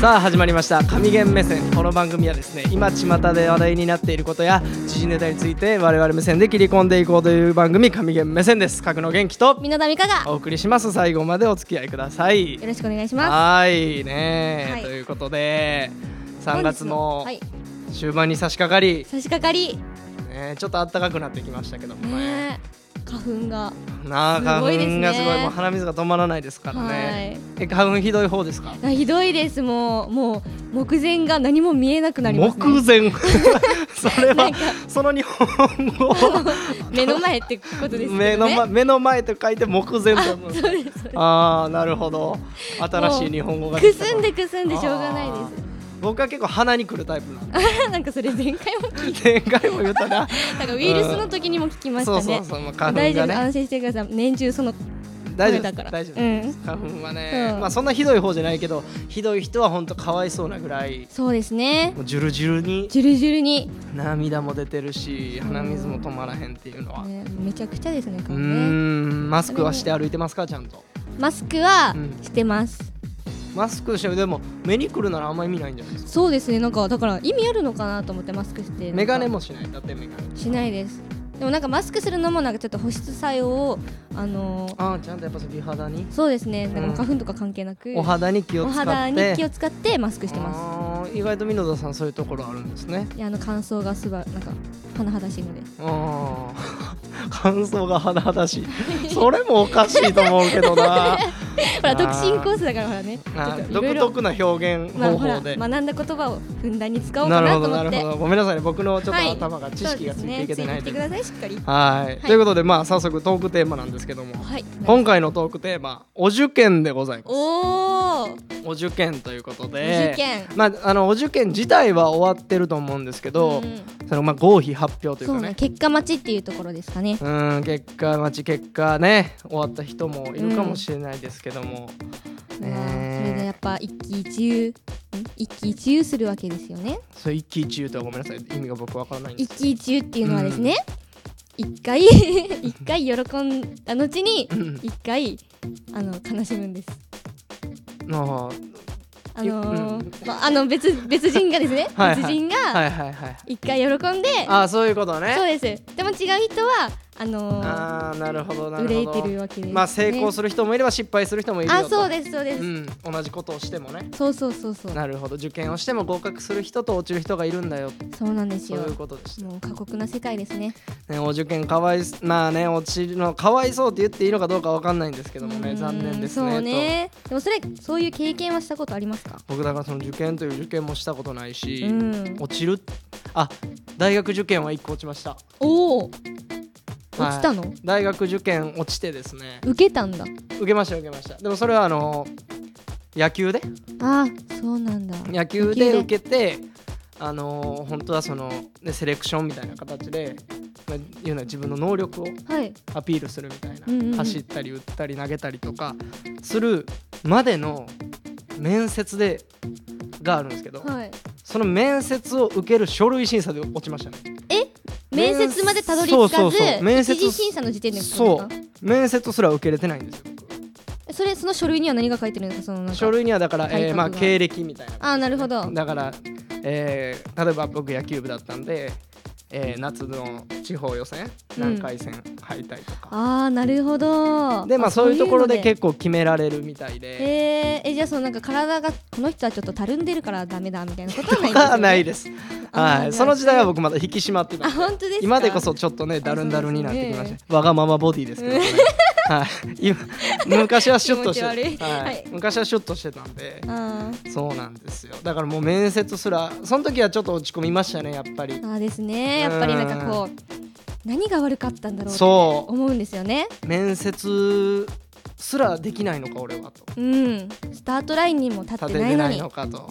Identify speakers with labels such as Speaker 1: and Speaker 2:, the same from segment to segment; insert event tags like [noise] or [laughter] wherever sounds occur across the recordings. Speaker 1: さあ始まりました神言目線この番組はですね今巷で話題になっていることや時事ネタについて我々目線で切り込んでいこうという番組神言目線です格の元気と
Speaker 2: みなだみかが
Speaker 1: お送りします最後までお付き合いください
Speaker 2: よろしくお願いしま
Speaker 1: はいねえ、
Speaker 2: はい
Speaker 1: ということで
Speaker 2: す
Speaker 1: 3月も
Speaker 2: はい、
Speaker 1: 終盤に差し掛かり、
Speaker 2: 差し掛かり
Speaker 1: ね、ちょっと暖かくなってきましたけどもね
Speaker 2: ねえ花粉が
Speaker 1: なあ
Speaker 2: すごい
Speaker 1: 花
Speaker 2: です
Speaker 1: 粉
Speaker 2: ね
Speaker 1: がすごいもう鼻水が止まらないですからね、え花粉ひどい方ですか
Speaker 2: あひどいですもうもう目前が何も見えなくなります、ね、
Speaker 1: 目前 [laughs] それ
Speaker 2: な
Speaker 1: は
Speaker 2: んか
Speaker 1: その日本語を
Speaker 2: [laughs] 目の前ってことですよ
Speaker 1: 目
Speaker 2: ね
Speaker 1: の前目の前と書いて目前と思う
Speaker 2: そうですそうで
Speaker 1: ああなるほど新しい日本語が
Speaker 2: す
Speaker 1: きた
Speaker 2: くすんでくすんでしょうがないで
Speaker 1: あー僕は結構鼻にくるタイプなんです
Speaker 2: [laughs] なんかそれ前回も聞い
Speaker 1: 前回も言ったな
Speaker 2: なんかウイルスの時にも聞きました
Speaker 1: そ
Speaker 2: ね
Speaker 1: うそうそうもう花粉
Speaker 2: 大丈
Speaker 1: が
Speaker 2: 夫
Speaker 1: ね
Speaker 2: 安心してください年中その
Speaker 1: 大丈夫
Speaker 2: 声だ
Speaker 1: です
Speaker 2: から
Speaker 1: 大丈夫
Speaker 2: う
Speaker 1: で
Speaker 2: ん
Speaker 1: す花粉はね、
Speaker 2: うん
Speaker 1: まあそんなひどい方じゃないけどひどい人は本当かわいそうなぐらい
Speaker 2: そうですね
Speaker 1: もうジュルジュルに
Speaker 2: ジュルジュルに、
Speaker 1: 涙も出てるし鼻水も止まらへんっていうのは、
Speaker 2: ね、めちゃくちゃですね
Speaker 1: うー
Speaker 2: 顔ね
Speaker 1: んマスクはして歩いてますかちゃんと
Speaker 2: マスクは
Speaker 1: うん
Speaker 2: してます、
Speaker 1: マスクしてるでも目にくるならあんまり意味ないんじゃないですか
Speaker 2: そうですねなんかだから意味あるのかなと思ってマスクして
Speaker 1: 眼鏡もしないだって眼鏡
Speaker 2: しないですでもなんかマスクするのもなんかちょっと保湿作用をあのー
Speaker 1: ああちゃんとやっぱその美肌に
Speaker 2: そうですねなんかもう
Speaker 1: うん
Speaker 2: 花粉とか関係なく、
Speaker 1: お肌に気を
Speaker 2: お
Speaker 1: 使って
Speaker 2: 肌に気を使ってマスクしてま
Speaker 1: あー意外と美濃田さんそういうところあるんですね
Speaker 2: すいやあの乾燥がすばなんか甚だしいので
Speaker 1: あー [laughs] 感想が肌々しい
Speaker 2: [laughs]
Speaker 1: それもおかしいと思うけどな
Speaker 2: ほら独身コースだからほらねちょ
Speaker 1: あ
Speaker 2: っ
Speaker 1: ー
Speaker 2: といろ
Speaker 1: 独
Speaker 2: いろ
Speaker 1: 特な表現
Speaker 2: まあ
Speaker 1: 方
Speaker 2: ほら
Speaker 1: 法で、
Speaker 2: 学んだ言葉をふんだんに使おう
Speaker 1: な
Speaker 2: か
Speaker 1: る
Speaker 2: な
Speaker 1: ほ
Speaker 2: と
Speaker 1: どな
Speaker 2: 思っ
Speaker 1: る
Speaker 2: て
Speaker 1: ほどごめんなさいね僕のちょっ
Speaker 2: は
Speaker 1: と
Speaker 2: い
Speaker 1: 頭が知識がついていけてない
Speaker 2: そ
Speaker 1: と
Speaker 2: うですねついてきて
Speaker 1: い
Speaker 2: く
Speaker 1: う
Speaker 2: ださいしっかり
Speaker 1: はい、
Speaker 2: い
Speaker 1: ということでまあ早速トークテーマなんですけども、
Speaker 2: はい
Speaker 1: 今回のトークテーマお受験でございます
Speaker 2: おお、
Speaker 1: お受験ということ
Speaker 2: お
Speaker 1: で
Speaker 2: 受験
Speaker 1: まあ、あのお受験自体は終わってると思うんですけど、
Speaker 2: ん
Speaker 1: そのまあ合否発表という
Speaker 2: そう
Speaker 1: か
Speaker 2: ね
Speaker 1: ね
Speaker 2: 結果待ちっていうところですかね
Speaker 1: うん結果待ち結果ね終わった人もいるかもしれないですけども、
Speaker 2: うわ
Speaker 1: ね
Speaker 2: ーそれでやっぱ一喜一憂ん一喜一憂するわけですよね
Speaker 1: それ一喜一憂とはごめんなさい意味が僕わからないんで
Speaker 2: 一
Speaker 1: す
Speaker 2: 喜一憂っていうのはです
Speaker 1: [laughs]
Speaker 2: ね、一回一回喜んだ後に
Speaker 1: うん
Speaker 2: 一回あの悲しむんです
Speaker 1: あ
Speaker 2: あのー
Speaker 1: う
Speaker 2: まああの別別人がですね
Speaker 1: はいはい
Speaker 2: 別人
Speaker 1: あは
Speaker 2: が
Speaker 1: いはいはい
Speaker 2: 一回喜んで、
Speaker 1: ああそういうこと
Speaker 2: そう
Speaker 1: ね
Speaker 2: ですでも違う人はあのー
Speaker 1: ああなるほどなる
Speaker 2: 憂い
Speaker 1: ほ
Speaker 2: てる
Speaker 1: ど
Speaker 2: わけです、ね、
Speaker 1: まあ成功する人もいれば失敗する人もいるよ
Speaker 2: あ
Speaker 1: と
Speaker 2: そうですそうです、
Speaker 1: うん、同じことをしてもね
Speaker 2: そうそうそうそう
Speaker 1: なるほど受験をしても合格する人と落ちる人がいるんだよ
Speaker 2: そうなんです
Speaker 1: そう
Speaker 2: よ
Speaker 1: いうことでした
Speaker 2: もう過酷な世界ですね
Speaker 1: ね、お受験かわいすまあね落ちるのかわいそうって言っていいのかどうかわかんないんですけども
Speaker 2: う
Speaker 1: ね
Speaker 2: ん
Speaker 1: 残念ですね
Speaker 2: そうねでもそれそういう経験はしたことありますか
Speaker 1: と僕だからその受験という受験もしたことないし、
Speaker 2: うん
Speaker 1: 落ちるあ大学受験は1個落ちました
Speaker 2: おお落
Speaker 1: はい
Speaker 2: ちたの、
Speaker 1: 大学受験落ちてですね
Speaker 2: 受けたんだ
Speaker 1: 受けました受けましたでもそれはあの野球で
Speaker 2: あそうなんだ
Speaker 1: 野球で
Speaker 2: 野球で
Speaker 1: 受けてあの本当はその、ね、セレクションみたいな形で、まあ、言うのは自分の能力を
Speaker 2: はい
Speaker 1: アピールするみたいな、
Speaker 2: うんうんうん
Speaker 1: 走ったり打ったり投げたりとかするまでの面接でがあるんですけど、
Speaker 2: はい
Speaker 1: その面接を受ける書類審査で落ちましたね
Speaker 2: 面接までたどり着
Speaker 1: そ
Speaker 2: か
Speaker 1: う
Speaker 2: ず
Speaker 1: そうそう面接
Speaker 2: 一次審査の時点で
Speaker 1: そう
Speaker 2: う
Speaker 1: 面接すら受けれてないんですよ
Speaker 2: それその書類には何が書いてるんですかそのなんか
Speaker 1: 書類にはだから、
Speaker 2: 体格
Speaker 1: えーまあ、
Speaker 2: が
Speaker 1: 経歴みたいな
Speaker 2: あーなるほど
Speaker 1: だから、えー例えば僕野球部だったんで、えー夏の地方予選
Speaker 2: うん
Speaker 1: 何回戦敗退とか、
Speaker 2: ああなるほど
Speaker 1: でまあそういうところで
Speaker 2: 結
Speaker 1: 結構決められるみたいで。
Speaker 2: えー、えじゃあそのなんか体がこの人はちょっとたるんでるからダメだみたいなことはな
Speaker 1: と
Speaker 2: いんですよ、
Speaker 1: かは
Speaker 2: ね、
Speaker 1: ないです。
Speaker 2: あー
Speaker 1: は、
Speaker 2: ないい
Speaker 1: その時代は僕まだ引き締まってた
Speaker 2: あ。本当ですか
Speaker 1: 今でこそちょっとねだるんだるんになってきました、わがままボディですけど、ね、はい今昔はシュッとして
Speaker 2: 気持ち悪い
Speaker 1: は
Speaker 2: はいい、
Speaker 1: 昔はシュッとしてたんで
Speaker 2: あー
Speaker 1: そうなんですよだからもう面接すらその時はちょっと落ち込みましたねやっぱり
Speaker 2: あーですねやっぱりなんかこう何が悪かったんだろうって
Speaker 1: そ
Speaker 2: 思うんですよね
Speaker 1: う面接すらできないのか俺はと
Speaker 2: うんスタートラインにも立って
Speaker 1: 立て
Speaker 2: な
Speaker 1: て
Speaker 2: いの
Speaker 1: な
Speaker 2: に
Speaker 1: いのかと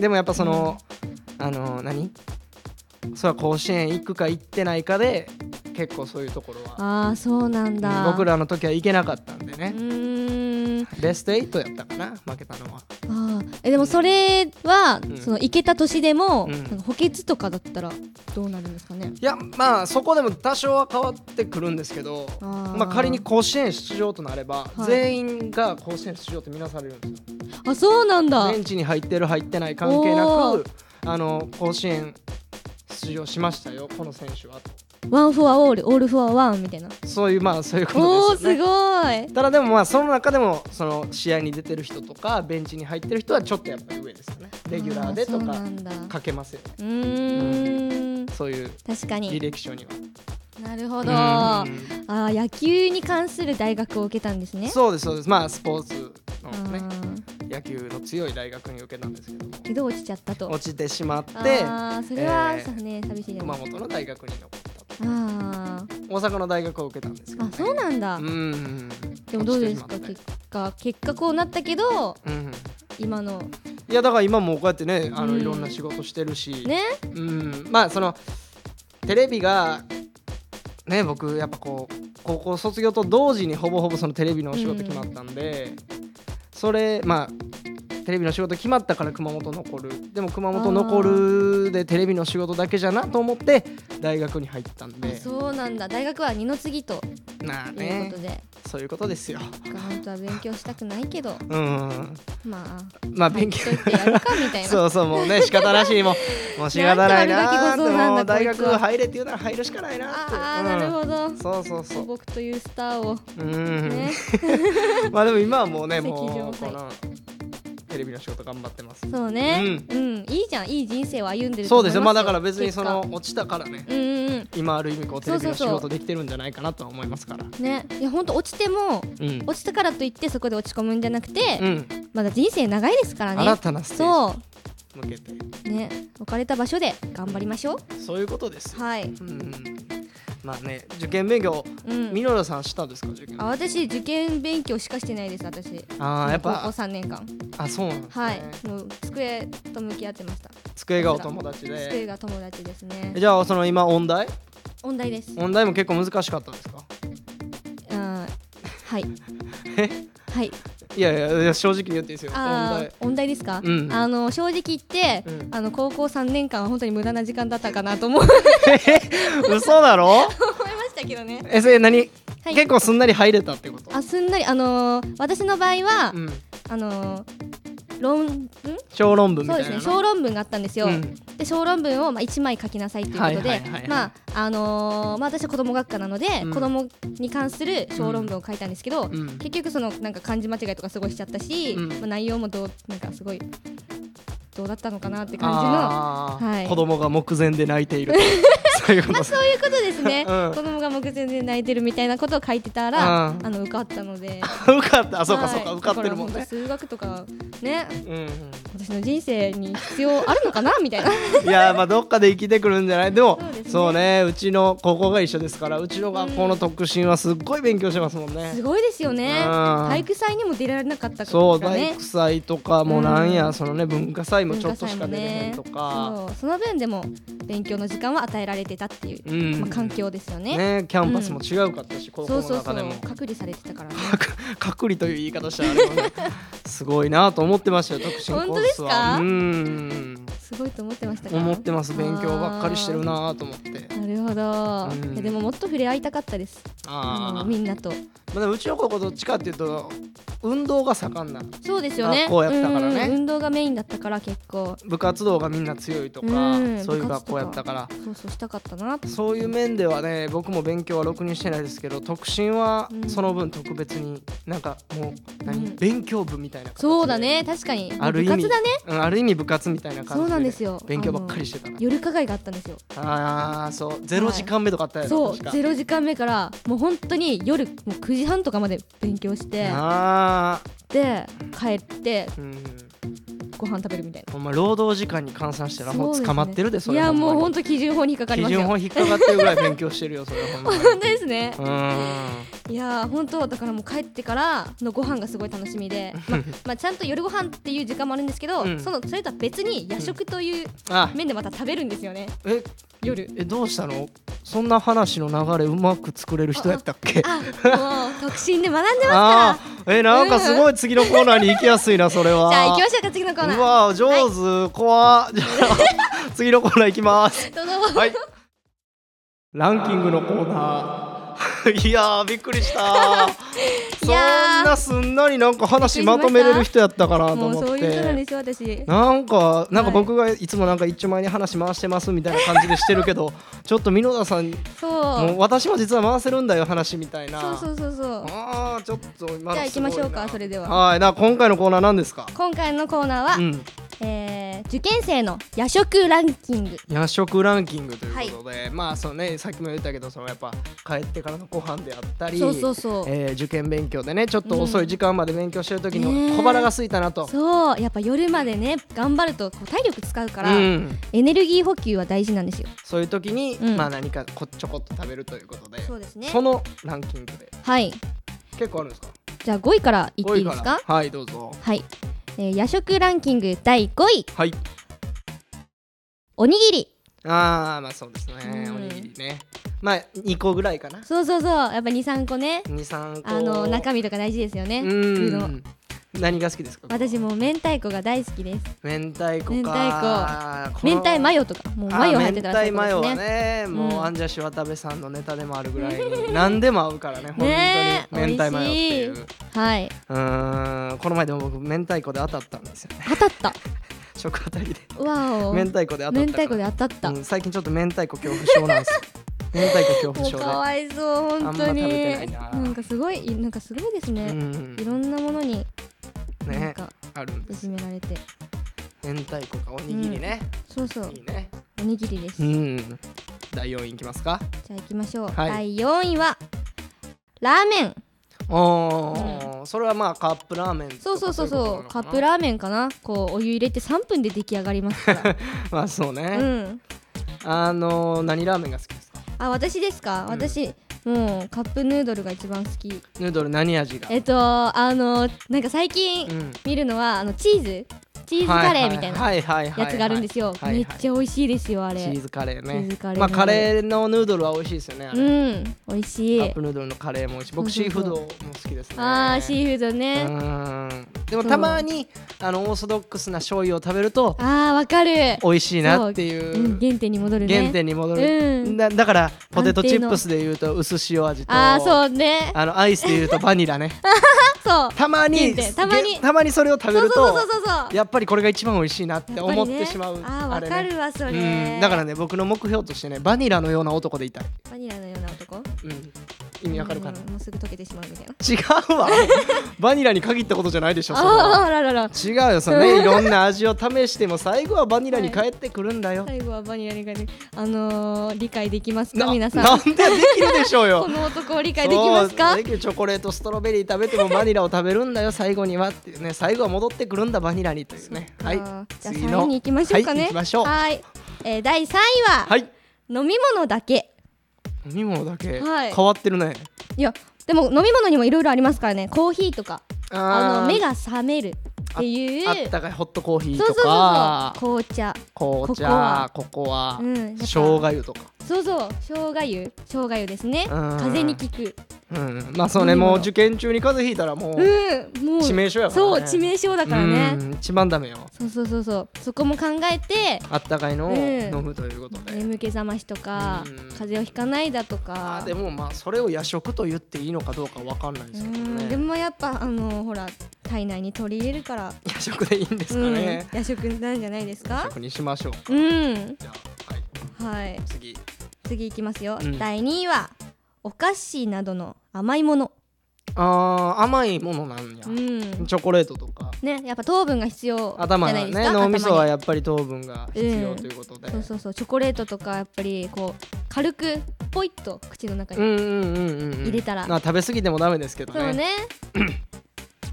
Speaker 1: でもやっぱその、あの何それは甲子園行くか行ってないかで結構そういうところは
Speaker 2: ああそうなんだ
Speaker 1: 僕らの時は行けなかったんで
Speaker 2: う
Speaker 1: ね、
Speaker 2: ーん
Speaker 1: ベスト8やったかな負けたのは
Speaker 2: あーえでもそれは、
Speaker 1: うん
Speaker 2: その行けた年でも、
Speaker 1: うん
Speaker 2: なんか補欠とかだったらどうなるんですかね
Speaker 1: いやまあそこでも多少は変わってくるんですけど
Speaker 2: あー
Speaker 1: まあ、仮に甲子園出場となれば、
Speaker 2: はい
Speaker 1: 全員が甲子園出場ってみなされるんですよ
Speaker 2: あそうなんだ
Speaker 1: ベンチに入ってる入ってない関係な
Speaker 2: お
Speaker 1: くあの甲子園出場しましたよこの選手は
Speaker 2: ワンフォアオールオールフォアワンみたいな
Speaker 1: そういうまあそういうこと
Speaker 2: おお
Speaker 1: ですすよね
Speaker 2: ごい
Speaker 1: ただでもまあその中でもその試合に出てる人とかベンチに入ってる人はちょっとやっぱり上ですよねレギュラーでと
Speaker 2: あーそう
Speaker 1: か
Speaker 2: なんだう
Speaker 1: かけますよね
Speaker 2: ーん
Speaker 1: そういう
Speaker 2: 確か
Speaker 1: 履
Speaker 2: に
Speaker 1: 歴書には
Speaker 2: なるほ
Speaker 1: う
Speaker 2: ど
Speaker 1: ん
Speaker 2: あー野球に関する大学を受けたんですね
Speaker 1: そうですそうですまあスポーツのね
Speaker 2: あー
Speaker 1: 野球の強い大学に受けたんですけども
Speaker 2: けど落ちちゃったと
Speaker 1: 落ちてしまって
Speaker 2: あーそれは
Speaker 1: えー
Speaker 2: さね寂しいじゃな
Speaker 1: 熊
Speaker 2: い
Speaker 1: 本の大学に残ったと
Speaker 2: あ
Speaker 1: 大阪の大学を受けたんですけど
Speaker 2: ーあ
Speaker 1: ね
Speaker 2: そうなんだ
Speaker 1: うん
Speaker 2: でもどうですか
Speaker 1: 落ちてし
Speaker 2: 結果結果こうなったけど
Speaker 1: まってうん
Speaker 2: 今の
Speaker 1: いやだから今もこうやってねあの
Speaker 2: うん
Speaker 1: いろんな仕事してるし
Speaker 2: ね
Speaker 1: うんまあそのテレビがね僕やっぱこう高校卒業と同時にほぼほぼそのテレビのお仕事決まったんでそれまあテレビの仕事決まったから熊本残るでも熊本残るでテレビの仕事だけじゃなと思って大学に入ったん
Speaker 2: あ
Speaker 1: で
Speaker 2: そうなんだ大学は二の次と
Speaker 1: なあ
Speaker 2: いう
Speaker 1: ね
Speaker 2: ことで
Speaker 1: そういうことですよ。
Speaker 2: 本当は勉強したくないけど
Speaker 1: うん
Speaker 2: まあ
Speaker 1: まあ
Speaker 2: 入
Speaker 1: 勉
Speaker 2: っ
Speaker 1: 強
Speaker 2: といてやるかみたい
Speaker 1: [laughs]
Speaker 2: な
Speaker 1: そうそうもうね仕方なしにも
Speaker 2: [laughs]
Speaker 1: うもう仕方ないなーって
Speaker 2: なんて悪ガキご存なんだ
Speaker 1: もう大
Speaker 2: こいつ
Speaker 1: 学
Speaker 2: は
Speaker 1: 入れっていうなら入るしかないなーって
Speaker 2: ああ
Speaker 1: うん
Speaker 2: なるほど
Speaker 1: そうそうそう
Speaker 2: 僕というスターを
Speaker 1: うん、
Speaker 2: ね
Speaker 1: [laughs] まあでも今は
Speaker 2: [laughs]
Speaker 1: もうね
Speaker 2: 席上
Speaker 1: もうこ
Speaker 2: 杯
Speaker 1: のテレビの仕事頑張ってます
Speaker 2: そうねうんいいじゃんいい人生を歩んでると
Speaker 1: そう
Speaker 2: 思
Speaker 1: で
Speaker 2: い
Speaker 1: すよまあだから別にその
Speaker 2: 結
Speaker 1: 落ちたからね
Speaker 2: 果うんうんうん
Speaker 1: 今ある意味こうテレビの仕
Speaker 2: そうそうそ
Speaker 1: 事
Speaker 2: う
Speaker 1: できてるんじゃないかなとは思いますから
Speaker 2: ねいや本当落ちても
Speaker 1: うん、
Speaker 2: 落ちたからといってそこで落ち込むんじゃなくて、
Speaker 1: うん、
Speaker 2: まだ人生長いですから
Speaker 1: 新
Speaker 2: ね
Speaker 1: たなステー
Speaker 2: そ
Speaker 1: ジに向けて
Speaker 2: うね置かれた場所で頑張りましょう、
Speaker 1: そういうことですよ
Speaker 2: はい、
Speaker 1: うんまあね受験勉強
Speaker 2: うん
Speaker 1: み、のらさんしたんですか受験
Speaker 2: あ
Speaker 1: あ
Speaker 2: 私受験勉強しかしてないです私
Speaker 1: あーやっ
Speaker 2: 高
Speaker 1: ぱ
Speaker 2: 校3年間
Speaker 1: あそうなんですね、
Speaker 2: はい、もう机と向き合ってました
Speaker 1: 机がお友達で
Speaker 2: 机が友達ですね
Speaker 1: えじゃあその今音大
Speaker 2: 音大です
Speaker 1: 音大も結構難しかったんですか
Speaker 2: あーはいはい
Speaker 1: いやいやいや正直に言っていいですよ
Speaker 2: あ
Speaker 1: 音
Speaker 2: ー音大ですか、
Speaker 1: うん
Speaker 2: あの正直言って、
Speaker 1: うん
Speaker 2: あの高校3年間は本当に無駄な時間だったかなと思う
Speaker 1: 大嘘だろ [laughs]
Speaker 2: 思いましたけどね
Speaker 1: えそれ何、
Speaker 2: はい
Speaker 1: 結構すんなり入れたってこと
Speaker 2: あすんなりあのー私の場合は、
Speaker 1: うん
Speaker 2: あのー論ん
Speaker 1: 小論文み
Speaker 2: そう
Speaker 1: たい
Speaker 2: で
Speaker 1: な
Speaker 2: す
Speaker 1: の
Speaker 2: ね小論文があったんですよ、で小論文をまあ1枚書きなさいということ
Speaker 1: はい
Speaker 2: で
Speaker 1: はいはいはい
Speaker 2: まああのーまあ私は子供学科なので、
Speaker 1: うん
Speaker 2: 子供に関する小論文を書いたんですけど、
Speaker 1: うん、うん
Speaker 2: 結局そのなんか漢字間違いとかすごいしちゃったし、
Speaker 1: うん
Speaker 2: まあ、内容もどうなんかすごいどうだったのかなって感じの
Speaker 1: あー
Speaker 2: はい
Speaker 1: 子供が目前で泣いて
Speaker 2: [laughs]
Speaker 1: いるそういうことです
Speaker 2: そういうことですね、
Speaker 1: [laughs] うん
Speaker 2: 子供が目前で泣いてるみたいなことを書いてたら、
Speaker 1: うん
Speaker 2: あの受かったので
Speaker 1: 受か [laughs] ったあそうかそうか、
Speaker 2: はい
Speaker 1: 受かってるもん
Speaker 2: だから本当
Speaker 1: ね
Speaker 2: 数学とかね
Speaker 1: うんうん
Speaker 2: 私の人生に必要あるのかな
Speaker 1: [laughs]
Speaker 2: みたいな
Speaker 1: いやーまあどっかで生きてくるんじゃないでも
Speaker 2: そうですね
Speaker 1: そうねうちの高校が一緒ですからうちの学校の特進はすっごい勉強してますもんね、
Speaker 2: すごいですよね
Speaker 1: うん
Speaker 2: 体育祭にも出られなかったからね
Speaker 1: そう体育祭とかもなんや、
Speaker 2: うん
Speaker 1: そのね文化祭も
Speaker 2: 文
Speaker 1: ちょ
Speaker 2: 化
Speaker 1: っとし
Speaker 2: 祭
Speaker 1: か
Speaker 2: も
Speaker 1: 出れへ
Speaker 2: ね
Speaker 1: んとか、
Speaker 2: そうその分でも勉強の時間は与えられてたっていう、
Speaker 1: うん
Speaker 2: まあ、環境ですよね
Speaker 1: ねキャンパスも違うかったし、高校
Speaker 2: そう
Speaker 1: の
Speaker 2: そうそ
Speaker 1: 中
Speaker 2: う
Speaker 1: でも
Speaker 2: 隔離されてたからね
Speaker 1: 隔離という言い方したらあれもねすごいなと思ってましたよ特進コースは
Speaker 2: 本当ですか
Speaker 1: うん
Speaker 2: すごいと思ってましたか
Speaker 1: 思ってます勉強ばっかりしてるなと思って
Speaker 2: あーなるほど、
Speaker 1: うん
Speaker 2: いやでももっと触れ合いたかったですあ
Speaker 1: あ
Speaker 2: の
Speaker 1: あ、
Speaker 2: みんなと
Speaker 1: まあ、でもうちの高校どっちかっていうと運動が盛んな
Speaker 2: そうですよね
Speaker 1: 学校やったからね
Speaker 2: うんうん運動がメインだったから結構
Speaker 1: 部活動がみんな強いとか、
Speaker 2: うん
Speaker 1: そういう学
Speaker 2: 部活と
Speaker 1: 校
Speaker 2: か
Speaker 1: やったから
Speaker 2: そうそうしたかったなって
Speaker 1: そういう面ではね僕も勉強はろくにしてないですけど特進は
Speaker 2: うん
Speaker 1: その分特別になんかもう何、
Speaker 2: うん
Speaker 1: 勉強部みたいな形で
Speaker 2: そうだ、ね確かに
Speaker 1: ある意
Speaker 2: 部
Speaker 1: 味
Speaker 2: 活だね
Speaker 1: うん、ある意味部活みたいな感じで
Speaker 2: そうなんですよ
Speaker 1: 勉強ばっかりしてたから
Speaker 2: 夜課外があったんですよ
Speaker 1: ああーそうゼロ時間目とかあったやろ、
Speaker 2: そう
Speaker 1: 確か
Speaker 2: 0時間目からもう本当に夜もう9時半とかまで勉強して
Speaker 1: ああ
Speaker 2: で帰って
Speaker 1: うん
Speaker 2: ご飯食べるみたい
Speaker 1: ほんま労働時間に換算したらも
Speaker 2: そう
Speaker 1: う
Speaker 2: ですね
Speaker 1: 捕まってるでそ
Speaker 2: ない
Speaker 1: れ
Speaker 2: やもう
Speaker 1: ほ
Speaker 2: 本
Speaker 1: んま
Speaker 2: 当基準法に引っかかり
Speaker 1: に
Speaker 2: ま
Speaker 1: 基
Speaker 2: す
Speaker 1: 準
Speaker 2: よ
Speaker 1: 法引っかかってるぐらい勉強してるよそれほ
Speaker 2: [laughs]
Speaker 1: んまに
Speaker 2: 本当ですね
Speaker 1: うーん
Speaker 2: いやー本当だからもう帰ってからのご飯がすごい楽し
Speaker 1: [laughs]
Speaker 2: みで、まあまあちゃんと夜ご飯っていう時間もあるんですけど、
Speaker 1: うん
Speaker 2: そのそれとは別に夜食という
Speaker 1: あ
Speaker 2: 面でまた食べるんですよね。
Speaker 1: え
Speaker 2: 夜
Speaker 1: えどうしたのそんな話の流れうまく作れる人やったっけ
Speaker 2: あもう特進で学ん
Speaker 1: [laughs]
Speaker 2: で
Speaker 1: あ
Speaker 2: ますか
Speaker 1: あーえなんかすごい次のコーナーに行きやすいなそれは
Speaker 2: ら。 [laughs] じゃあ行きましょうか次のコーナ
Speaker 1: う
Speaker 2: ー。
Speaker 1: わー上手、怖っじゃあ [laughs] 次のコーナー行きます
Speaker 2: どうぞ
Speaker 1: はいランキングのコーナー [laughs] いやーびっくり
Speaker 2: [laughs]
Speaker 1: したそんなすんなりなんか話まとめれる人やったからと
Speaker 2: もう
Speaker 1: 思
Speaker 2: そ
Speaker 1: っ
Speaker 2: ういう人なん
Speaker 1: て
Speaker 2: ですよ私
Speaker 1: なんかなんか僕がいつもなんか一丁前に話回してますみたいな感じでしてるけど [laughs] ちょっと美濃田さん
Speaker 2: そ
Speaker 1: もう
Speaker 2: う
Speaker 1: 私も実は回せるんだよ話みたいな
Speaker 2: そうそうそうそう
Speaker 1: あーちょっと今の
Speaker 2: じゃあ行きましょ
Speaker 1: す
Speaker 2: うか
Speaker 1: ごいな
Speaker 2: それでは
Speaker 1: はいだから今回のコーナー何ですか
Speaker 2: 今回のコーナーは、
Speaker 1: うん
Speaker 2: えー受験生の夜食ランキング
Speaker 1: 夜食ランキングということで、まあそのねさっきも言ったけどそのやっぱ帰ってからのご飯であったり
Speaker 2: そうそうそう、
Speaker 1: えー受験勉強でねちょっと遅い時間まで勉強してる時
Speaker 2: うんね
Speaker 1: に
Speaker 2: え
Speaker 1: 小腹が空いたなと、
Speaker 2: そうやっぱ夜までね頑張るとこう体力使うから、
Speaker 1: うん
Speaker 2: エネルギー補給は大事なんですよ
Speaker 1: そういう時に、
Speaker 2: うん
Speaker 1: まあ何かこちょこっと食べるということで
Speaker 2: そうですね
Speaker 1: そのランキングで
Speaker 2: はい
Speaker 1: 結構あるんですか
Speaker 2: じゃあ5位からいっていい
Speaker 1: 多
Speaker 2: ですから
Speaker 1: はいどうぞ
Speaker 2: はい、えー夜食ランキング第5位
Speaker 1: はい
Speaker 2: おにぎり
Speaker 1: ああまあそうですね、
Speaker 2: うん
Speaker 1: おにぎりねまあ2個ぐらいかな
Speaker 2: そうそうそうやっぱ23個ね
Speaker 1: 23個
Speaker 2: あの中身とか大事ですよね
Speaker 1: うん
Speaker 2: うどん
Speaker 1: 何が好きですか
Speaker 2: 私もう明太子が大好きです
Speaker 1: 明太子か
Speaker 2: 明
Speaker 1: この
Speaker 2: 明太マヨとかもうマヨ入ってたら
Speaker 1: あー
Speaker 2: 最
Speaker 1: 明太マ
Speaker 2: 高
Speaker 1: ヨ
Speaker 2: で
Speaker 1: は
Speaker 2: すね
Speaker 1: ね、もう
Speaker 2: うん
Speaker 1: アンジャッシュ渡部さんのネタでもあるぐらいに何でも合うからね本
Speaker 2: ね
Speaker 1: 当に明太マヨっていう
Speaker 2: 美味しはいう
Speaker 1: ーんこの前でも僕明太子で当たったんですよね
Speaker 2: 当たった
Speaker 1: 食当たりで
Speaker 2: わお
Speaker 1: 明太子で当たったから
Speaker 2: 明太子で当たった、
Speaker 1: うん最近ちょっと明太子恐怖症なんですよ明太子恐怖
Speaker 2: もう
Speaker 1: 症で
Speaker 2: かわいそう本当に
Speaker 1: あんま食べてないなん
Speaker 2: かすごいなんかすごいです
Speaker 1: う
Speaker 2: ね、
Speaker 1: ん
Speaker 2: いろんなものになん
Speaker 1: ね
Speaker 2: か
Speaker 1: あるんで
Speaker 2: い
Speaker 1: す
Speaker 2: じめられて
Speaker 1: 明太子かおにぎりね、
Speaker 2: そうそう
Speaker 1: いいね
Speaker 2: おにぎりです、
Speaker 1: う
Speaker 2: じ
Speaker 1: ん第4位いきますか
Speaker 2: ゃあ行きましょう、
Speaker 1: はい
Speaker 2: 第4位はラーメン
Speaker 1: おー、それはまあカップラーメンとか
Speaker 2: そうそうそう
Speaker 1: い
Speaker 2: そう
Speaker 1: ことなのか
Speaker 2: カ
Speaker 1: な
Speaker 2: ップラーメンかなこうお湯入れて3分で出来上がりますから
Speaker 1: まあそう [laughs] ね、
Speaker 2: うん
Speaker 1: あのー何ラーメンが好きですか
Speaker 2: あ私ですか、
Speaker 1: うん
Speaker 2: 私もうカップヌードルが一番好き
Speaker 1: ヌードル何味が
Speaker 2: えっとあのなんか最近
Speaker 1: うん
Speaker 2: 見るのは、あのチーズチーズカレーみたいな
Speaker 1: はいはいはいはいはい
Speaker 2: やつがあるんですよ、
Speaker 1: はいはい
Speaker 2: めっちゃ美味しいですよあれ
Speaker 1: チーズカレーね
Speaker 2: チーズカレー
Speaker 1: まあカレーのヌードルは美味しいですよねあれ
Speaker 2: うん美味しい
Speaker 1: カップヌードルのカレーも美味しい僕
Speaker 2: そ
Speaker 1: シ
Speaker 2: うそ
Speaker 1: ー
Speaker 2: うそ
Speaker 1: フー
Speaker 2: う
Speaker 1: ドも好きですね
Speaker 2: あーシーフードね、
Speaker 1: うーんでもたまにあのオーソドックスな醤油を食べると
Speaker 2: あーわかる
Speaker 1: 美味しいなってい
Speaker 2: うん
Speaker 1: う
Speaker 2: 原点に戻るね
Speaker 1: 原点に戻る、
Speaker 2: うん
Speaker 1: だだからポテトチップスでいうと薄塩味と
Speaker 2: ああそうね
Speaker 1: あのアイスでいうとバニ
Speaker 2: [laughs]
Speaker 1: ラね
Speaker 2: そう
Speaker 1: たまに
Speaker 2: 原点たまに
Speaker 1: げたまにそれを食べ
Speaker 2: そう
Speaker 1: ると
Speaker 2: そうそうそうそう
Speaker 1: やっぱりこれが一番美味しいなって
Speaker 2: やぱ
Speaker 1: 思っ
Speaker 2: りね
Speaker 1: てしまう、
Speaker 2: あーわ
Speaker 1: れ
Speaker 2: か
Speaker 1: ね
Speaker 2: るわそれ、
Speaker 1: うん、だからね僕の目標としてねバニラのような男でいたい、
Speaker 2: バニラのような男
Speaker 1: うん、意味わかるかな、
Speaker 2: うんもうすぐ溶けてしまうみたいな
Speaker 1: 違う
Speaker 2: [laughs]
Speaker 1: わバニラに限ったことじゃないでしょそれ
Speaker 2: あ
Speaker 1: は
Speaker 2: ーあららら
Speaker 1: 違うよそのねいろんな味を試しても最後はバニラに帰ってくるんだよ、
Speaker 2: 最後はバニラに変えてあのー、理解できますか
Speaker 1: な
Speaker 2: 皆さ
Speaker 1: なんんでできるでしょう
Speaker 2: [laughs]
Speaker 1: よ
Speaker 2: この男を理解できますか
Speaker 1: そうできるチョコレートストロベリー食べてもバニラを食べるんだよ最後にはっていうね最後は戻ってくるんだバニラにというねはい
Speaker 2: じゃあ
Speaker 1: 次
Speaker 2: 3位
Speaker 1: の
Speaker 2: に行きましょうかね
Speaker 1: はい行きましょうは
Speaker 2: はいえー、第3位は、
Speaker 1: い
Speaker 2: 飲み物だけ
Speaker 1: 飲み物だけ変
Speaker 2: はい
Speaker 1: わってるね、
Speaker 2: いやでも飲み物にもいろいろありますからねコーヒーとか
Speaker 1: あ
Speaker 2: あの
Speaker 1: ー
Speaker 2: 目が覚めるっていう
Speaker 1: あったかいホットコーヒー
Speaker 2: そう
Speaker 1: と
Speaker 2: そうそう
Speaker 1: か
Speaker 2: そう紅茶
Speaker 1: 紅茶ココア
Speaker 2: うんやっ
Speaker 1: 生
Speaker 2: ぱ
Speaker 1: 姜湯とか、
Speaker 2: そうそう生姜湯生姜湯ですね
Speaker 1: ん
Speaker 2: 風邪に効く
Speaker 1: うん、まあそうね
Speaker 2: 飲み物
Speaker 1: もう受験中に風邪ひいたらもう、
Speaker 2: うんもう
Speaker 1: 致命傷やからね
Speaker 2: そう致命傷だからね
Speaker 1: うん一番ダメよ
Speaker 2: そうそうそうそうそこも考えて
Speaker 1: あったかいのを
Speaker 2: うん
Speaker 1: 飲むということで、
Speaker 2: 眠気覚ましとか
Speaker 1: うん
Speaker 2: 風邪をひかないだと
Speaker 1: あ
Speaker 2: か
Speaker 1: ーでもまあそれを夜食と言っていいのかどうかわかんないですけど
Speaker 2: うんで
Speaker 1: ね
Speaker 2: もやっぱあのほら体内に取り入れるから
Speaker 1: 夜食でいいんですか
Speaker 2: うん
Speaker 1: ね、
Speaker 2: 夜食なんじゃないです
Speaker 1: 夜
Speaker 2: か
Speaker 1: 食にしましょうか、
Speaker 2: うん
Speaker 1: じゃあはい
Speaker 2: はい
Speaker 1: 次
Speaker 2: 次いきますよ、
Speaker 1: うん
Speaker 2: 第2位はお菓子などの甘いもの
Speaker 1: あー甘いものなんや、
Speaker 2: うん
Speaker 1: チョコレートとか
Speaker 2: ねやっぱ糖分が必要じゃ
Speaker 1: 頭
Speaker 2: な
Speaker 1: が
Speaker 2: い
Speaker 1: ね
Speaker 2: ですか
Speaker 1: 脳みそは
Speaker 2: 頭に
Speaker 1: やっぱり糖分が必要ということで、
Speaker 2: そうそうそうチョコレートとかやっぱりこう軽くポイッと口の中
Speaker 1: う
Speaker 2: に、
Speaker 1: んうんうんうんうん
Speaker 2: 入れたら
Speaker 1: まあ食べ過ぎてもダメですけど
Speaker 2: そう
Speaker 1: ね
Speaker 2: ね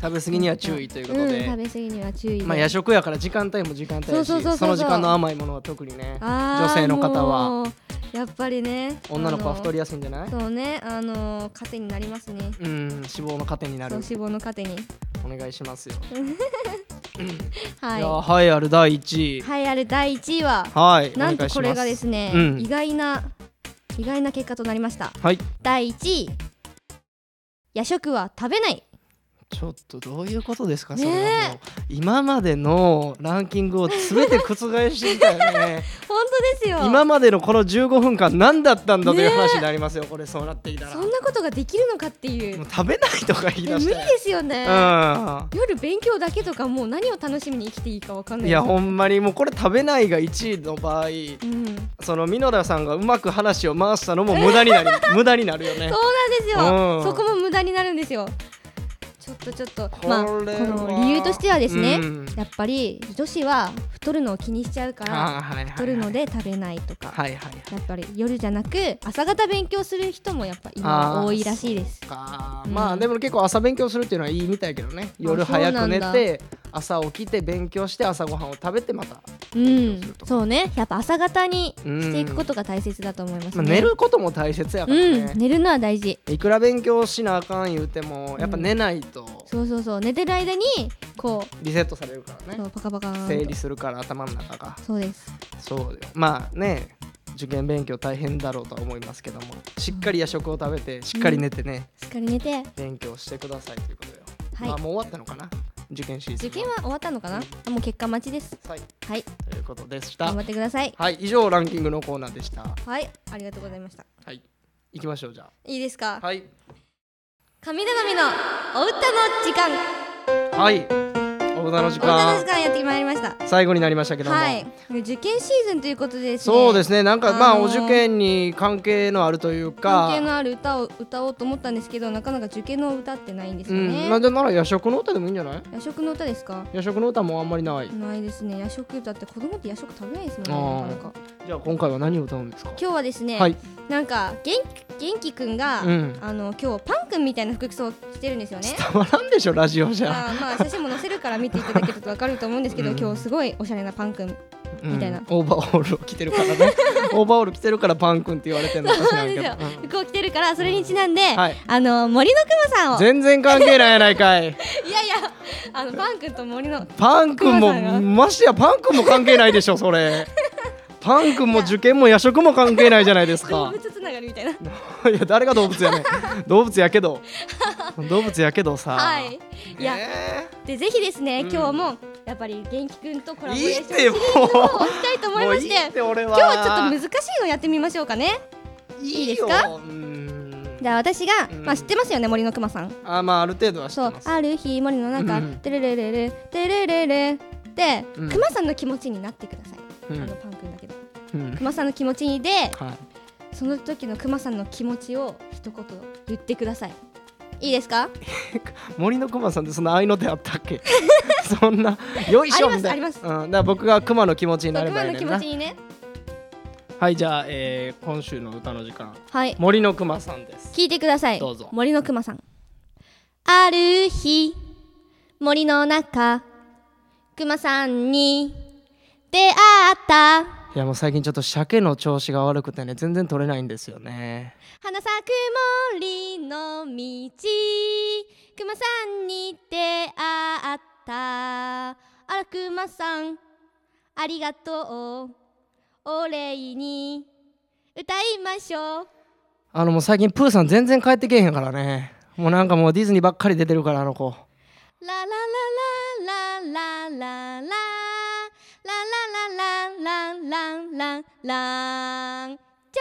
Speaker 1: 食べ過ぎには注意ということ
Speaker 2: うん食
Speaker 1: で、
Speaker 2: べ過ぎには注意で、
Speaker 1: まあ夜食やから時間帯も時間帯やし
Speaker 2: そうそうそうそう
Speaker 1: その時間の甘いものは特にね
Speaker 2: あー
Speaker 1: 女性の方は
Speaker 2: もうやっぱりね
Speaker 1: 女の子は太り
Speaker 2: や
Speaker 1: やすいんじゃない
Speaker 2: そうねあのー糧になりますね
Speaker 1: うん脂肪の糧にな
Speaker 2: そ
Speaker 1: る
Speaker 2: う脂肪の糧に
Speaker 1: お願いしますよ、いや
Speaker 2: は
Speaker 1: はいある第1
Speaker 2: い
Speaker 1: 位
Speaker 2: はいあれ第1位は
Speaker 1: はい
Speaker 2: なんとこれがです
Speaker 1: ね
Speaker 2: ね、
Speaker 1: うん
Speaker 2: 意外な意外な結果となりました
Speaker 1: はい
Speaker 2: 第1位夜食は食べない
Speaker 1: ちょっとどういうことですか、
Speaker 2: ねえ
Speaker 1: それはもう今までのランキングを全て覆してきたよね
Speaker 2: 本当ですよ
Speaker 1: 今までのこの15分間何だったんだという
Speaker 2: ねえ
Speaker 1: 話になりますよ、これそうなっていたら
Speaker 2: そんなことができるのかっていう
Speaker 1: もう食べないとか言い
Speaker 2: いや
Speaker 1: 出し
Speaker 2: 無
Speaker 1: て
Speaker 2: 理ですよね、
Speaker 1: う
Speaker 2: 夜勉強だけとかもう何を楽しみに生きていいかわかんなんい
Speaker 1: いやほんまにもうこれ食べないが1位の場合
Speaker 2: うん、そうなんで
Speaker 1: そのミノラさんがうまく話を回したのも無駄になる無駄になるよね
Speaker 2: すよ、
Speaker 1: うん
Speaker 2: そこも無駄になるんですよちょっとちょっと
Speaker 1: これ
Speaker 2: ま
Speaker 1: は
Speaker 2: あこの理由としてはですね、
Speaker 1: うん
Speaker 2: やっぱり女子は太るのを気にしちゃうから
Speaker 1: あーはいはいはい
Speaker 2: 太るので食べないとか、
Speaker 1: はいはい
Speaker 2: やっぱり夜じゃなく朝方勉強する人もやっぱ今
Speaker 1: あ
Speaker 2: は
Speaker 1: ー
Speaker 2: 多いらしいです
Speaker 1: か、
Speaker 2: うん
Speaker 1: まあでも結構朝勉強するっていうのはいいみたいやけどね夜
Speaker 2: あそうな
Speaker 1: 早
Speaker 2: んだ
Speaker 1: く寝て朝起きて勉強して朝ごはんを食べてまた、
Speaker 2: うん
Speaker 1: 勉強すると
Speaker 2: そうねやっぱ朝方に
Speaker 1: うん
Speaker 2: していくことが大切だと思います、
Speaker 1: まあ、
Speaker 2: ね
Speaker 1: 寝ることも大切やから
Speaker 2: うん
Speaker 1: ね、
Speaker 2: 寝るのは大事
Speaker 1: いくら勉強しなあかん言うてもやっぱ寝ないと
Speaker 2: そうそうそう寝てる間にこ
Speaker 1: リセットされるからね
Speaker 2: うそうパカパカーンと
Speaker 1: 整理するから頭の中が
Speaker 2: そうです
Speaker 1: そうよまあね受験勉強大変だろうとは思いますけどもしっかり夜食を食べてしっかり寝てね、
Speaker 2: しっかり寝て
Speaker 1: 勉強してくださいということよ、
Speaker 2: はい
Speaker 1: まあもう終わったのかな受験シーズン
Speaker 2: 受験は終わったのかなあもう結果待ちです
Speaker 1: はい
Speaker 2: はい
Speaker 1: ということでした
Speaker 2: 頑張ってください
Speaker 1: はい、以上ランキングのコーナーでした。
Speaker 2: はいありがとうございました
Speaker 1: はい、行きましょうじゃ
Speaker 2: いいですか、
Speaker 1: あ。はい、
Speaker 2: 神頼みのお歌の時間
Speaker 1: はい、お歌の時
Speaker 2: お歌の
Speaker 1: 間
Speaker 2: 時。間やってまいりました
Speaker 1: 最後になりましたけども。
Speaker 2: はい受験シーズンということでですね
Speaker 1: そうですね、なんか、ま
Speaker 2: あ
Speaker 1: あ、
Speaker 2: のー
Speaker 1: お受験に関係のあるという
Speaker 2: 関係
Speaker 1: か。
Speaker 2: のある歌を歌おうと思ったんですけどなかなか受験の歌ってないんです
Speaker 1: う
Speaker 2: よ
Speaker 1: ん、
Speaker 2: ね、
Speaker 1: まあ、じゃあなら夜食の歌でもいいんじゃない。
Speaker 2: 夜食の歌ですか
Speaker 1: 夜食の歌もあんまりない。
Speaker 2: ないですね夜食だって子供って夜食食べないです
Speaker 1: あ
Speaker 2: もん
Speaker 1: ー
Speaker 2: ねなかなか
Speaker 1: じゃあ、今回は何を歌うんですか。
Speaker 2: 今日はですね、
Speaker 1: はい、
Speaker 2: なんか元気元気くんが、
Speaker 1: うん
Speaker 2: あの今日パンくんみたいな服装を着てるんですよね。
Speaker 1: たまらんでしょラジオじゃ。
Speaker 2: まあまあ写真も載せるから見ていただけるとわかると思うんですけど、
Speaker 1: うん
Speaker 2: 今日すごいおしゃれなパンくん。
Speaker 1: うん
Speaker 2: みたいな
Speaker 1: オーバーオールを着てるから
Speaker 2: [laughs]
Speaker 1: ね。オーバーオール着てるから、パン君って言われてるのかしらんけど。
Speaker 2: そうなん
Speaker 1: うん
Speaker 2: 服を着てるからそれにちなんで、
Speaker 1: はい
Speaker 2: あの森のくまさんを
Speaker 1: 全然関係ないやないかい。
Speaker 2: いやいやあのパンくんと森の
Speaker 1: パン君も
Speaker 2: 熊さんが
Speaker 1: ましてやパン君も関係ないでしょそれパン君も受験も夜食も関係ないじゃないです
Speaker 2: [laughs] 動
Speaker 1: か
Speaker 2: 物つながりみたいな。
Speaker 1: [laughs] いや誰が動物やね
Speaker 2: [laughs]
Speaker 1: ん動物やけど動物やけどさ
Speaker 2: はい。いや、
Speaker 1: え
Speaker 2: でぜひですね、
Speaker 1: うん
Speaker 2: 今日もやっぱり元気くんと
Speaker 1: ー
Speaker 2: コラボ
Speaker 1: い
Speaker 2: レー
Speaker 1: い
Speaker 2: シ
Speaker 1: っ
Speaker 2: ョン
Speaker 1: ても
Speaker 2: をしたいと
Speaker 1: う
Speaker 2: 思い
Speaker 1: も
Speaker 2: ま
Speaker 1: う
Speaker 2: し
Speaker 1: い
Speaker 2: て
Speaker 1: いって俺は
Speaker 2: 今日はちょっと難しいのやってみましょうかね。いいですか
Speaker 1: ようーん
Speaker 2: じゃあ私が、
Speaker 1: うん
Speaker 2: まあ知ってますよね森のくまさん。
Speaker 1: あまあある程度は知っ
Speaker 2: そ
Speaker 1: て
Speaker 2: う
Speaker 1: ます
Speaker 2: ある日森の中
Speaker 1: うん
Speaker 2: テレレレレテレレレで
Speaker 1: うん
Speaker 2: くまさんの気持ちになってください。
Speaker 1: う
Speaker 2: あの
Speaker 1: ん
Speaker 2: パン君だけど
Speaker 1: うん
Speaker 2: くまさんの気持ちにで
Speaker 1: はい
Speaker 2: その時のくまさんの気持ちを一言言ってください。いいですか？
Speaker 1: 森の熊さんってそんな愛の手あったっ
Speaker 2: [laughs]
Speaker 1: けそんなよいしょみたい
Speaker 2: あり
Speaker 1: な
Speaker 2: ますあります
Speaker 1: うん、だから僕が熊の気持ちに
Speaker 2: そ
Speaker 1: な
Speaker 2: う
Speaker 1: れ
Speaker 2: く
Speaker 1: ば
Speaker 2: ま
Speaker 1: いい
Speaker 2: の
Speaker 1: ね
Speaker 2: 気
Speaker 1: ん
Speaker 2: 持
Speaker 1: な
Speaker 2: ちにね。
Speaker 1: はいじゃあ、えー今週の歌の時間
Speaker 2: はい。
Speaker 1: 森のくまさんです。
Speaker 2: 聞いてください
Speaker 1: どうぞ
Speaker 2: 森のくまさんある日森の中くまさんに出会った
Speaker 1: いやもう最近ちょっと鮭の調子が悪くてね全然取れないんですよね。
Speaker 2: 花咲く森の道くまさんに出会ったあらくまさんありがとうお礼に歌いましょう
Speaker 1: あのもう最近プーさん全然帰ってけえへんからね。もうなんかもうディズニーばっかり出てるからあの子。
Speaker 2: ララララララララララララララランじ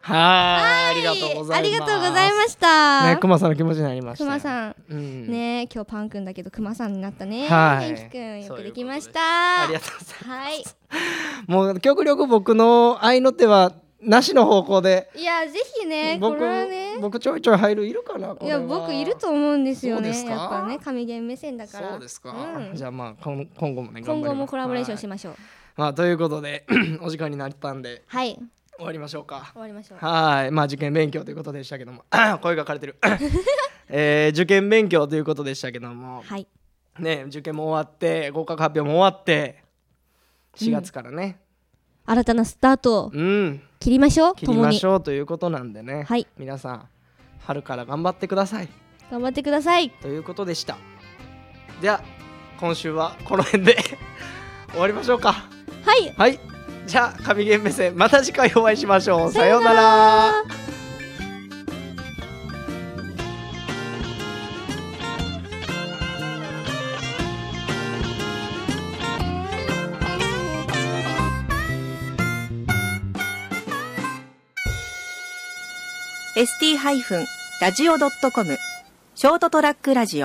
Speaker 1: はーいあり
Speaker 2: ゃん
Speaker 1: がとうございます。
Speaker 2: ありがとうございま
Speaker 1: し
Speaker 2: した
Speaker 1: ねくまさんの気持ちになりました
Speaker 2: く
Speaker 1: よ。
Speaker 2: まさん
Speaker 1: うん。
Speaker 2: ねえ今日パンくんだけどくまさんになったね
Speaker 1: はい
Speaker 2: 元気くんよくできまし
Speaker 1: あ
Speaker 2: た
Speaker 1: りがとうございます。
Speaker 2: はい
Speaker 1: もう極力僕の愛の手はなしの方向で。
Speaker 2: いやぜひねこ
Speaker 1: 僕
Speaker 2: れはね
Speaker 1: 僕ちょいちょい入るいるかなこ
Speaker 2: い
Speaker 1: れは
Speaker 2: や僕いると思うんですよ
Speaker 1: そうで
Speaker 2: ね
Speaker 1: すか
Speaker 2: やっぱね神言目線だから
Speaker 1: そうですか、
Speaker 2: うん
Speaker 1: じゃあまあ今今後もね
Speaker 2: 今後もコラボレーション
Speaker 1: し
Speaker 2: しましょう
Speaker 1: まあ、ということで [clears throat] お時間になったんで
Speaker 2: はい終
Speaker 1: 終わりましょうか。
Speaker 2: わりましょう
Speaker 1: はい、まあ受験勉強ということでしたけども、 [coughs] 声が枯れてる、えー受験勉強ということでしたけども、
Speaker 2: はい
Speaker 1: ね、受験も終わって、合格発表も終わって、4月からね、
Speaker 2: 新たなスタートを
Speaker 1: うん、
Speaker 2: 切りましょう
Speaker 1: 切りま
Speaker 2: 共に
Speaker 1: しょうということなんでね、
Speaker 2: はい
Speaker 1: 皆さん、春から頑張ってください
Speaker 2: 頑張ってください
Speaker 1: ということでした。では、今週はこの辺で [laughs] 終わりましょうか。
Speaker 2: はい
Speaker 1: はい、じゃあ、神ゲ目線、また次回お会いしましょう。さような
Speaker 2: さよ
Speaker 1: ら。
Speaker 2: ST-radio.com ショートトラックラジオ